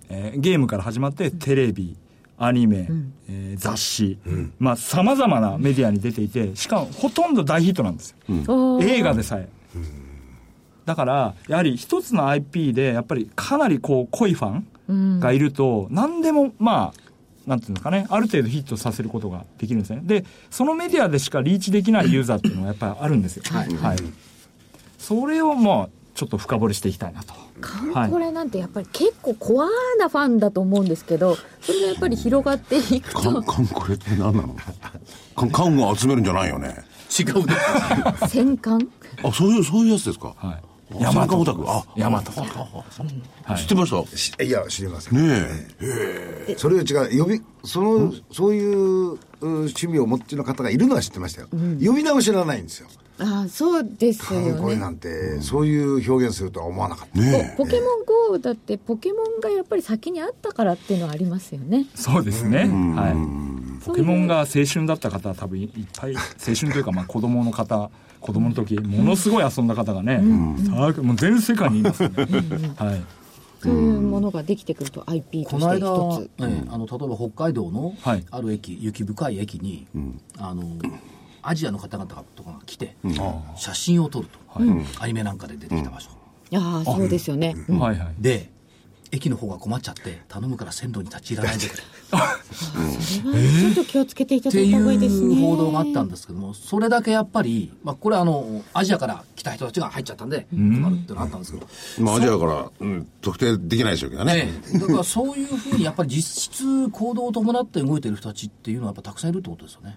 えーゲームから始まって、テレビ、アニメ、えー雑誌、まあ、様々なメディアに出ていて、しかもほとんど大ヒットなんですよ。おー映画でさえ。だから、やはり一つの IP で、やっぱりかなりこう、濃いファンがいると、何でも、まあ、なんていうんですかね、ある程度ヒットさせることができるんですね。で、そのメディアでしかリーチできないユーザーっていうのがやっぱりあるんですよ。はい。それをまあ、ちょっと深掘りしていきたいなと。カンコレなんてやっぱり結構コアなファンだと思うんですけど、それがやっぱり広がっていくカンと、カンコレって何なのカンカンを集めるんじゃないよね違う ね。戦艦あそういうそういうやつですかはいあヤマ戦ト艦オタクあヤマトあああ知ってましたねしいや、知りません。えそれ違う呼びそのそういうう趣味をお持ちの方がいるのは知ってましたよ、呼び名を知らないんですよ ああ、そうですよ韓国ねな。んて、そういう表現するとは思わなかった、ねポケモン GO だってポケモンがやっぱり先にあったからっていうのはありますよね。そうですね。はい。ポケモンが青春だった方は多分いっぱい、青春というかまあ子供の方、 子供の時、ものすごい遊んだ方がね、たくもう全世界にいますよね。はい。そういうものができてくると IP ことのして間、一つ。ええあの例えば北海道のはいある駅、雪深い駅に、あのアジアの方々とかが来て、写真を撮ると、アニメなんかで出てきた場所、ああ、そうですよね。うんはいはい。で駅の方が困っちゃって頼むから線路に立ち入らないで くれっそれはちょっと気をつけていただていいた方がいいですね。う報道があったんですけどもそれだけやっぱり、まあ、これあのアジアから来た人たちが入っちゃったんで困るっていうのがあったんですけど、えまあアジアから、うん、特定できないでしょうけどねね、だからそういうふうにやっぱり実質行動を伴って動いてる人たちっていうのはやっぱたくさんいるってことですよね。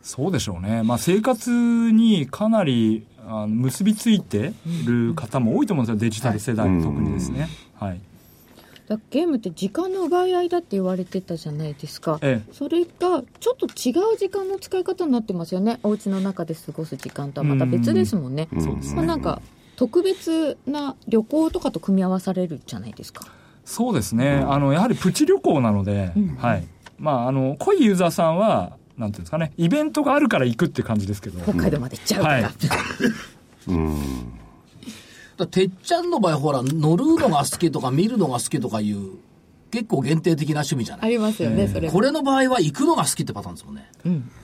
そうでしょうね。まあ生活にかなりあの結びついてる方も多いと思うんですよ。デジタル世代、特にですね。はい。だゲームって時間の奪い合いだって言われてたじゃないですか、ええそれがちょっと違う時間の使い方になってますよねお家の中で過ごす時間とはまた別ですもんねそうですねまあなんか特別な旅行とかと組み合わされるじゃないですかそうですね、あのやはりプチ旅行なので、はいまあ、あの濃いユーザーさんは、なんていうんですかね、イベントがあるから行くって感じですけど、北海道まで行っちゃうとか、はいだからてっちゃんの場合ほら乗るのが好きとか見るのが好きとかいう結構限定的な趣味じゃなあいりますよね、それこれの場合は行くのが好きってパターンですもんね。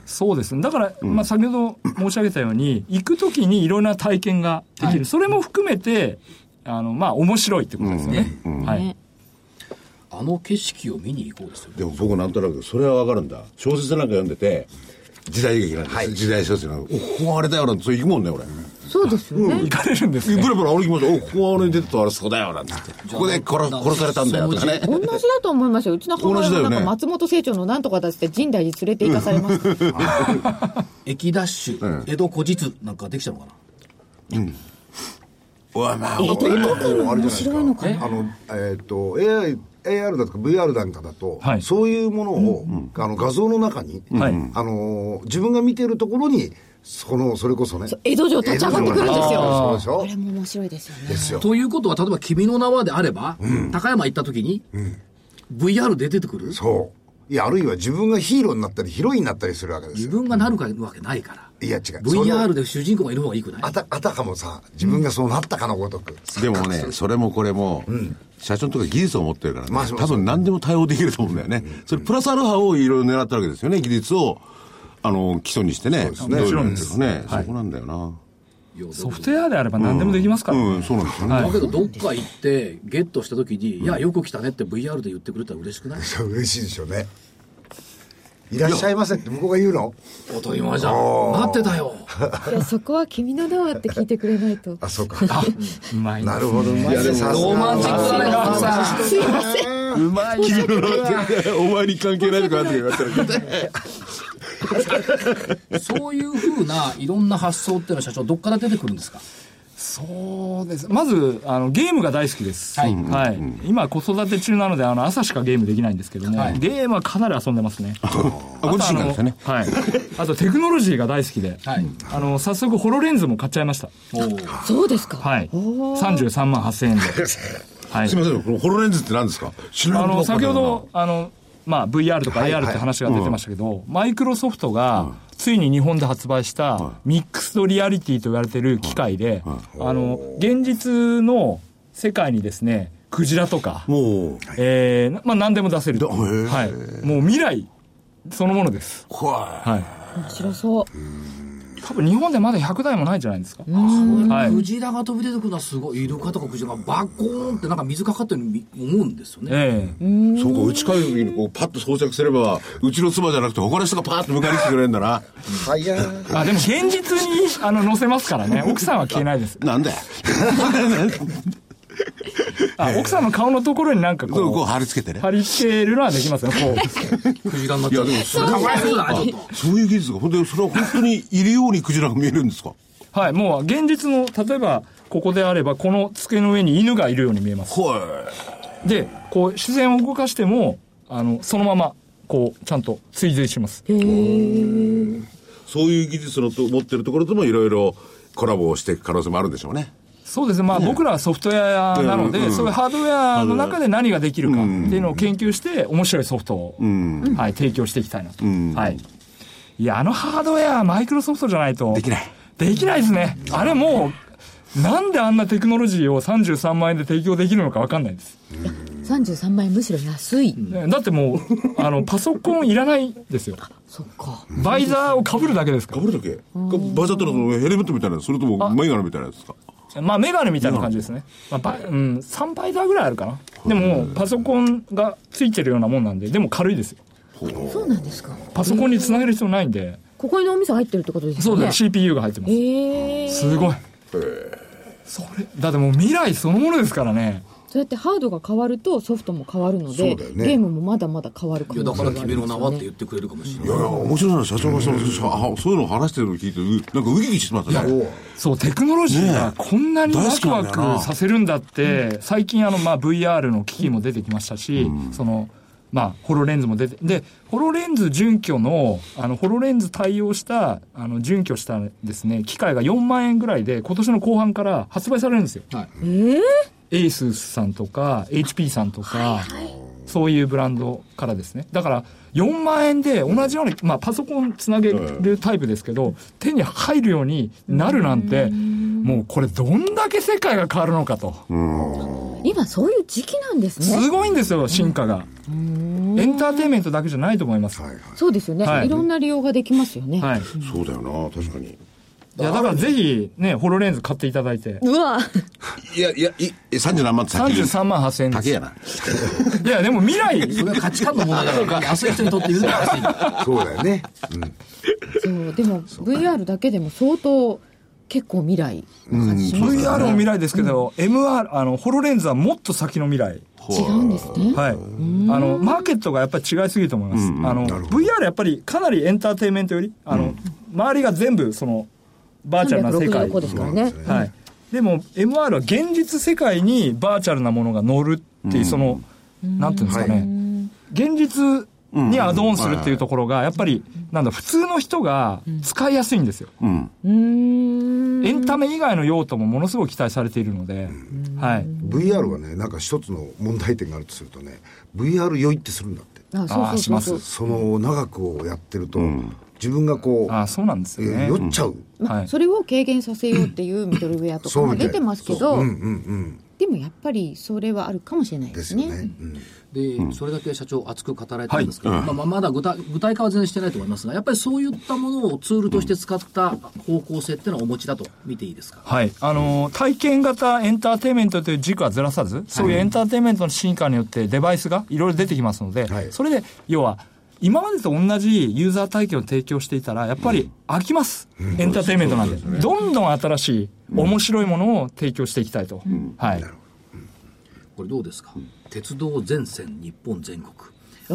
そうですね、だから、まあ、先ほど申し上げたように、行くときにいろんな体験ができる、はいそれも含めて、あのまあ、面白いってことですよね。はいねあの景色を見に行こうですよ。でも僕なんとなくそれはわかるんだ小説なんか読んでて時代劇なんです、時代小説なんかおここあれだよなんてそれ行くもんね俺そうですよね、行かれるんですブねラブラ歩きましたおここはあれ出てたあれそうだよなんて言ってここで殺殺されたんだよとかね同じだと思いますようちの母親同じだもよなんねか松本清張のなんとかだっつって深大寺連れて行かされます駅ダッシュ、江戸古実なんかできちゃうのかな。うわまああと今もうあれじゃないですか面白いのかあのえっ、と AI AR だとか VR なんかだと、はいそういうものを、あの画像の中に、はいあの自分が見てるところにそのそれこそね江戸城立ち上がってくるんですよそうでしあょれも面白いですよねですよということは例えば「君の名は」であれば、高山行った時に、VR で出てくるそう。いや、あるいは自分がヒーローになったり、ヒロインになったりするわけです自よ。分がなるかわけないから。いや、違う。それ VR で主人公がいる方がいいくないあた、あたかもさ、自分がそうなったかのごとく。でもね、それもこれも、社長とか技術を持ってるからね、まあそうそ多う分何でも対応できると思うんだよね。それプラスアルファをいろいろ狙ったわけですよね、技術を、あの、基礎にしてね。ねどういうのもちろんですね、そこなんだよな。ソフトウェアであれば何でもできますから、うん、そうなんですよね。はいだけどどっか行ってゲットした時に「いやよく来たね」って VR で言ってくれたら嬉しくないそう嬉しいでしょうね。いらっしゃいませって向こうが言うのおとりまじゃん待ってたよいやそこは君の名はって聞いてくれないとあ、そうか。うまいですなるほど。いや、でも ロマンチックだね加藤さんすいませんうまい。君の名前お前に関係ないとかって言われたら言って、そういうふうないろんな発想っていうのは社長どっから出てくるんですかそうですまずあのゲームが大好きです、はい今子育て中なのであの朝しかゲームできないんですけども、はいゲームはかなり遊んでますね あご自身がですよね。はい、あとテクノロジーが大好きで、はいあの早速ホロレンズも買っちゃいましたおうそうですか、はい33万8000円で、 はいすみません、このホロレンズって何ですか知らあないの先ほどど。あの、まあ、VR とかはい AR って話が出てましたけど、マイクロソフトがついに日本で発売したミックスドリアリティと言われてる機械で、あの現実の世界にですねクジラとか、もう、えーまあ、何でも出せる、だへーはい、もう未来そのものです、怖はい、面白そう多分日本でまだ100台もないんじゃないですか、はい、クジラが飛び出てくるのはすごいイルカとかクジラがバコーンってなんか水かかってるように見思うんですよねええい。そうか、うち帰る時にこう、パッと装着すれば、うちの妻じゃなくて、他の人がパーッと迎えに来てくれるんだな。早い。あでも現実にあの載せますからね奥さんは消えないですなんだよ。 あ奥さんの顔のところになんかこそううこう貼り付けてね。貼り付けるのはできますよ、こう。クジラになっいちゃや、うでも、すごい。かわいそうだなちょっとそういう技術が、ほんで、それは本当にいるようにクジラが見えるんですかはい、もう現実の、例えば、ここであれば、この机の上に犬がいるように見えます。はで、こう、視線を動かしても、あの、そのまま、こう、ちゃんと追随します。い。そういう技術のと持ってるところともいろいろコラボをしていく可能性もあるんでしょうね。そうですね、まあ、僕らはソフトウェアなので、うんうんそういうハードウェアの中で何ができるかっていうのを研究して、面白いソフトを、んはい、提供していきたいなと。んはい。いや、あのハードウェア、マイクロソフトじゃないと。できない。できないですね。あれもう、なんであんなテクノロジーを33万円で提供できるのかわかんないです。 33万円むしろ安い、ねだって もう、あの、パソコンいらないですよ。そっかバイザーをかぶるだけですかかぶるだけバイザーってのはヘルメットみたいなやつそれともメガネみたいなやつですから。 まあ、メガネみたいな感じですね。まあ、バイうん、3バイザーぐらいあるかな。でも、パソコンがついてるようなもんなんで、でも軽いですよ。そうなんですかパソコンにつなげる必要ないんで、ここにお店入ってるってことですそようだねよ、CPU が入ってます。へえすごい。それ、だってもう未来そのものですからね。そうやってハードが変わるとソフトも変わるのそで、うだよねゲームもまだまだ変わるかいやもだしかれならいです君の名よはってね言ってくれるかもしれいやないいや面白いな社長がそうあそういうのを話してるのを聞いてうなんかウキウキしてますねそう、テクノロジーがねえこんなにワクワ大好きなんだよなクさせるんだって、最近あの、まあ、VR の機器も出てきましたし、その、まあ、ホロレンズも出て、で、ホロレンズ準拠の、あの、ホロレンズ対応した、あの、準拠したですね、機械が4万円ぐらいで、今年の後半から発売されるんですよ。はいエースさんとか、HP さんとか、そういうブランドからですね。だから、4万円で同じように、まあ、パソコンつなげるタイプですけど、手に入るようになるなんて、もうこれどんだけ世界が変わるのかと。今そういう時期なんですねすごいんですよ、進化が。エンターテインメントだけじゃないと思います。はい。そうですよね、はいい、ろんな利用ができますよね、い。そうだよな確かにや、だからぜひ、ね、ホロレンズ買っていただいて。うわいやいやいえ30何万ってさっき言う33万8000円で高す。えやないや、でも未来、それは価値観の問題だから安い人にとって言うのは安いんだそうだよね。そうでも VR だけでも相当結構未来な感じしますね VR も未来ですけど、MR、あの、ホロレンズはもっと先の未来。違うんですねはい、あのマーケットがやっぱり違いすぎると思います、あの VR やっぱりかなりエンターテインメントよりあの、周りが全部そのバーチャルな世界365ですからねはい、でも MR は現実世界にバーチャルなものが乗るっていうその、なんていうんですかね、現実にアドオンするっていうところがやっぱりなんだ普通の人が使いやすいんですよ、うんエンタメ以外の用途もものすごく期待されているので、はい VR はね、なんか一つの問題点があるとするとね、VR 酔いってするんだって。ああーしますその長くをやってると、うん自分がこう、あーそうなんですえよーね。酔っちゃう。まあはいそれを軽減させようっていうミドルウェアとかそうもみたい出てますけそど、ううんうんうん。でもやっぱりそれはあるかもしれないでですすよね。ね。で、それだけ社長熱く語られたんですけど、まあまあ、まだ具体具体化は全然してないと思いますがやっぱりそういったものをツールとして使った方向性っていうのはお持ちだと見ていいですかはい。あのー体験型エンターテインメントという軸はずらさず、そういうエンターテインメントの進化によってデバイスがいろいろ出てきますので、はいそれで、要は、今までと同じユーザー体験を提供していたら、やっぱり飽きます。エンターテインメントなんで。どんどん新しい、面白いものを提供していきたいと。はい。これどうですか、鉄道全線日本全国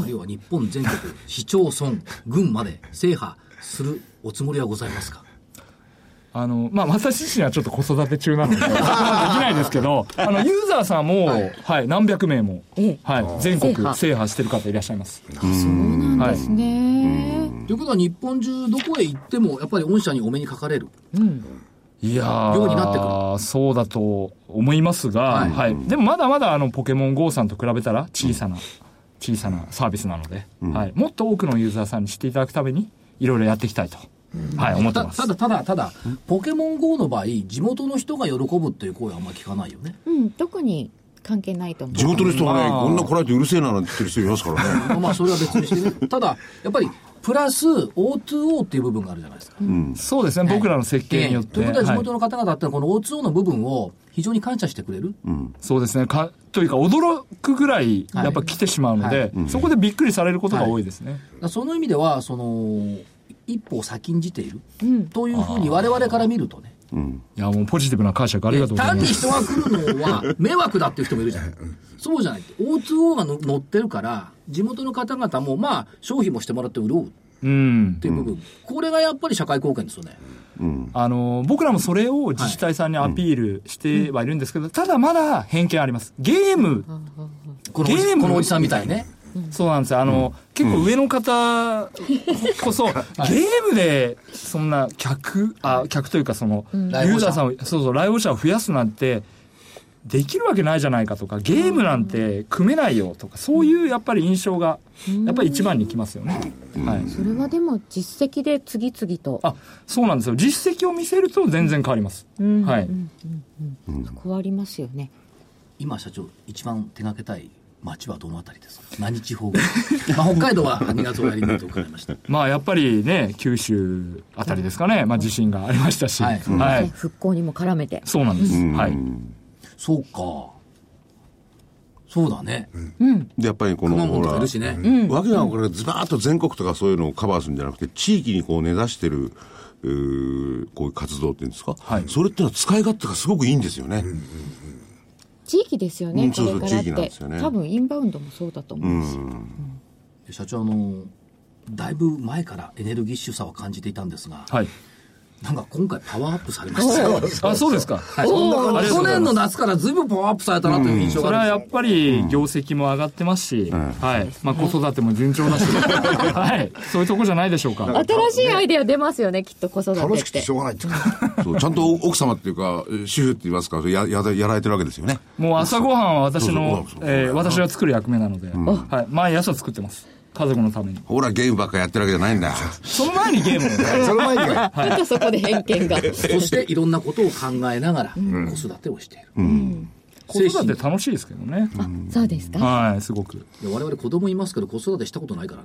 あるいは日本全国市町村郡まで制覇するおつもりはございますかあの、まあ、私自身はちょっと子育て中なの で、そこまでできないですけど、あの、ユーザーさんも、はい、何百名もええ、はい、全国制覇制覇してる方いらっしゃいます。そうなんですね。ということは日本中どこへ行ってもやっぱり御社にお目にかかれるいやー量になってくそうだと思いますが、ははいい。でもまだまだあの、ポケモン GO さんと比べたら小さな、小さなサービスなので、はい。もっと多くのユーザーさんに知っていただくために、いろいろやっていきたいと、はい、思ってたますた。だただただポケモン GO の場合地元の人が喜ぶっていう声はあんま聞かないよねうん、特に関係ないと思う。地元の人はね、まあこんな来られてうるせえななんて言ってる人いますからね。まあまあそれは別にして ねただやっぱりプラス O2O っていう部分があるじゃないですか、そうですね、僕らの設計によっとて。いうことは地はい元の方々ってのはこの O2O の部分を非常に感謝してくれる、そうですね。か、というか驚くぐらい、やっぱ来てしまうので、そこでびっくりされることが多いですね。だからその意味ではその一歩先んじている、というふうに我々から見るとねいや、もうポジティブな解釈ありがとうござい単まに人す。が来るの は迷惑だっていう人もいるじゃないそうじゃない O2O がの乗ってるから地元の方々もまあ商品もしてもらって潤うっうん。ていう部分、これがやっぱり社会貢献ですよねあの、僕らもそれを自治体さんにアピールしてはいるんですけど、ただまだ偏見あります。ゲーム、このおじゲームこのおじさんみたいねそうなんですよ。あの、結構上の方こ そ、ゲームで、そんな客、あ、客というかその、ユ来訪者ーザーさんを、そうそう、来訪者を増やすなんて、できるわけないじゃないかとか、ゲームなんて組めないよとか、そういうやっぱり印象が、やっぱり一番にきますよね。はい。それはでも実績で次々と。あ、そうなんですよ。実績を見せると全然変わります。うんはい。そこはありますよね。今社長一番手がけたい町はどのあたりですか何地 方が、まあ、北海道は2月おやりになると伺いましたまあやっぱりね、九州あたりですかね、まあ地震がありましたし、ははいい。ね復興にも絡めて。そうなんです。はい。そうかそうだね、で、やっぱりこの、熊本ほとからいる、しね、わけがこれズバーッと全国とかそういうのをカバーするんじゃなくて、地域にこう根ざしてる、うーこういう活動っていうんですか、はいそれってのは使い勝手がすごくいいんですよね。地域ですよね、うんこそうそれうからっ地域なんでてすよね多分インバウンドもそうだと思うし、で社長あのだいぶ前からエネルギッシュさは感じていたんですが、はい。なんか今回パワーアップされましたよあ、そうですか。はいありがとう去ござい年ますの夏からずいぶんパワーアップされたなという印象それがはあるやんっですよぱり業績も上がってますし、はい。まあ子育ても順調だし、はい。そういうとこじゃないでしょうか。新しいアイデア出ますよねきっと子育楽てしくてっしょてうがないって いうか。そうちゃんと奥様っていうか、えー主婦って言いますか、やややられてるわけですよね。もう朝ごはんは私そうのそうそう、えー私が作る役目なので、はい。毎朝作ってます。家族のために。ほら、ゲームばっかやってるわけじゃないんだ。その前にゲームを ねその前には、ちょっとそこで偏見 がそしていろんなことを考えながら子育てをしている、子育て楽しいですけどね。そうですかはい、すごく。で我々子供いますけど子育てしたことないから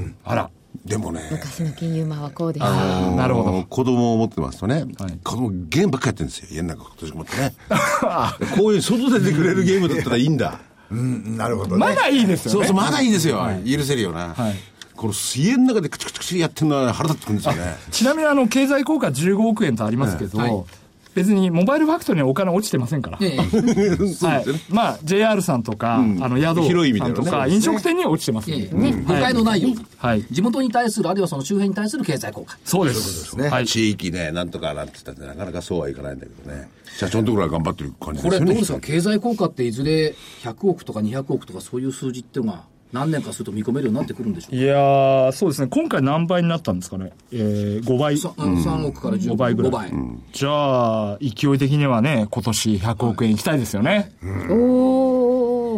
ねあら。でもね、昔の金融マンはこうですなるほどあの子供を持ってますとね、はい子供ゲームばっかやってるんですよ。家の中、今年もってね。こういう外で出てくれるゲームだったらいいんだ。うん、なるほどまね。だいいですよそうね。そう、まだいいですよ。許せるよな。はいこの水泳の中でクチクチクチやってるのは腹立ってくるんですよね。ちなみにあの、経済効果15億円とありますけど、別にモバイルファクトリーにはお金落ちてませんから。ええはい。まあ、JR さんとか、あの、広い意宿味ではねさんとか、飲食店には落ちてますんでね誤解のないように、はい地元に対するあるいはその周辺に対する経済効果そうです。ねはい。地域ね、なんとかなんて言ったってなかなかそうはいかないんだけどね。社長のところは頑張ってる感じこでれすよどうね。ですか経済効果っていずれ100億とか200億とかそういう数字っていうのが何年かすると見込めるようになってくるんでしょういやー、そうですね。今回何倍になったんですかね。えー、5倍。か 3, 億から15 5倍ぐらい5倍、じゃあ、勢い的にはね、今年100億円いきたいですよね。お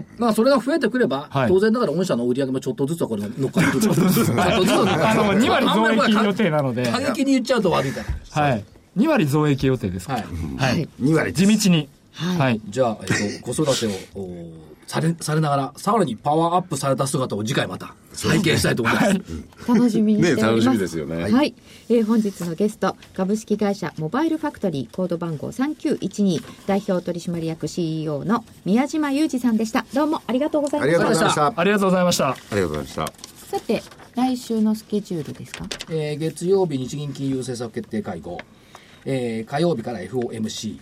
おーまあそれが増えてくれば、はい当然だから御社の売り上げもちょっとずつはこれ乗っかっ てくる。ちょっとずつは乗っかってくるあの2割増益予定なので過激に言っちゃうと悪いから。はい。2割増益予定ですから。はい。はい。 2割地道に。はい。じゃあ、えっと、子育てを、おされ、されながら、さらにパワーアップされた姿を次回また、拝見したいと思います。楽しみにしております。ね楽しみですよねはい、えー本日のゲスト株式会社モバイルファクトリーコード番号三九一二代表取締役 CEO の宮島裕二さんでした。どうもありがとうございあまりしがたとうございました。ありがとうございました。ありがとうございました。さて来週のスケジュールですか。えー月曜日、日銀金融政策決定会合、えー火曜日から FOMC、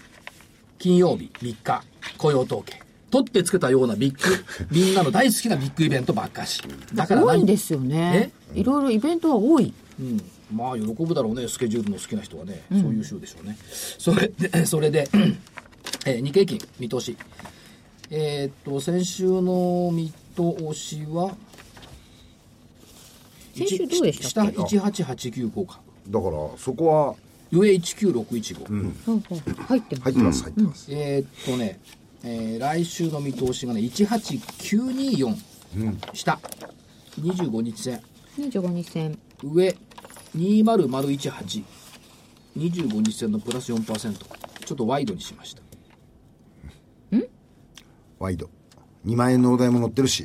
金曜日、3日、雇用統計。取ってつけたようなビッ グ、みんなの大好きなビッグイベントばっかし。だから多いん何ですよね。いろいろイベントは多い。うん、まあ喜ぶだろうねスケジュールの好きな人はね、そういう週でしょうねそれで それで、えー日経金見通しえーっと先週の見通しは先週どうでしたっけ一下18895かだから、そこは上19615、ほうほう入ってます。入ってます、入ってます。えーっとね、えー来週の見通しがね18924、下25日線二十五日線。上20018 25日線のプラス4%ちょっとワイドにしましたワイド。2万円のお題も載ってるし、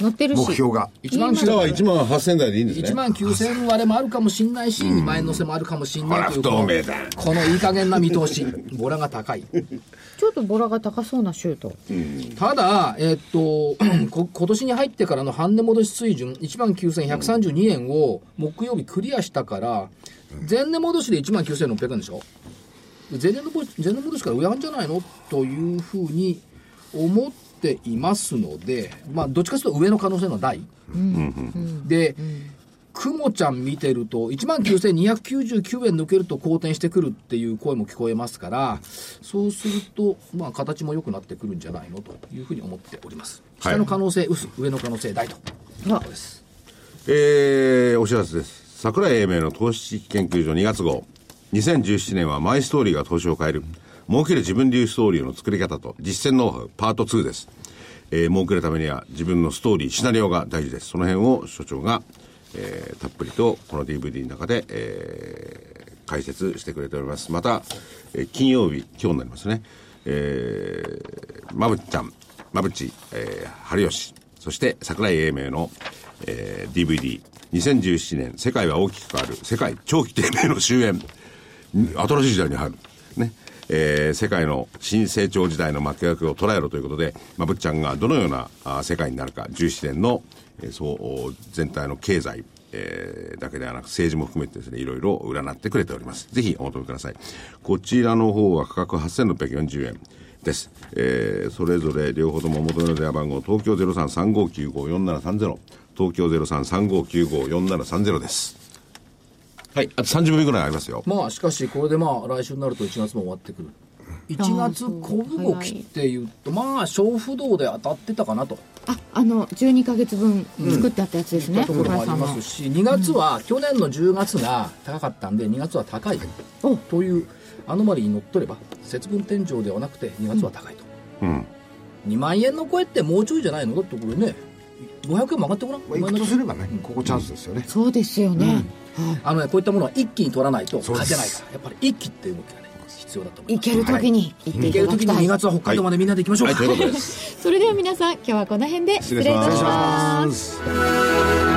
乗ってるし。目標が。 1万下は1万8000台でいいんですね。 1万9000割れもあるかもしんないし2万円乗せもあるかもしんないというこほら不の透明だこのいい加減な見通しボラが高いちょっとボラが高そうなシュート。ただえっと こ今年に入ってからの半値戻し水準1万9132円を木曜日クリアしたから前年戻しで1万9600円でしょ前年のぼ前年戻しから上なんじゃないのというふうに思っていますので、まあ、どっちかというと上の可能性の大。で、くもちゃん見てると、1万9299円抜けると好転してくるっていう声も聞こえますから、そうすると、まあ、形も良くなってくるんじゃないのというふうに思っております。はい下の可能性、薄、上の可能性大と。あです。えー、お知らせです。桜井英明の投資知識研究所2月号。2017年はマイストーリーが投資を変える。儲ける自分流ストーリーの作り方と実践ノウハウパート2です。えー、儲けるためには自分のストーリー、シナリオが大事です。その辺を所長が、えー、たっぷりとこの DVD の中で、えー、解説してくれております。また、えー金曜日、今日になりますね。えー、まぶっちゃん、まぶっち、えー、春吉、そして桜井英明の、えー DVD、2017年、世界は大きく変わる、世界長期低迷の終焉、新しい時代に入る。ね。えー世界の新成長時代の幕開けを捉えろということで、まぶっちゃんがどのようなあ世界になるか、17年の、えーそう全体の経済、えーだけではなく政治も含めてですね、いろいろ占ってくれております。ぜひお求めください。こちらの方は価格8640円。です。えーそれぞれ両方ともお求めの電話番号、東京0335954730、東京0335954730です。はい、あと30分ぐらいありますよ。まあ、しかし、これでまあ、来週になると1月も終わってくる。1月小動きっていうと、まあ、小不動で当たってたかなと。あ、あの十二ヶ月分作ってあったやつですね。ところもあり小林さんのますし、2月は、去年の10月が高かったんで、2月は高いというアノマリーに乗っ取れば、節分天井ではなくて、2月は高いと。うん。 2万円の声ってもうちょいじゃないのだってこれね、500円も上がってごらん。まあ、 5行万円くとのすればね、ここチャンスですよね。そうですよね。あのね、こういったものは一気に取らないとそうで勝すてないから、やっぱり一気っていう動きがね、必要だと思い行ます。けるときに行っていいけたるだとききにた2い。月は北海道までみんなで行きましょ哎う。はい、ということです。それでは皆さん今日はこの辺で失礼いたします。す。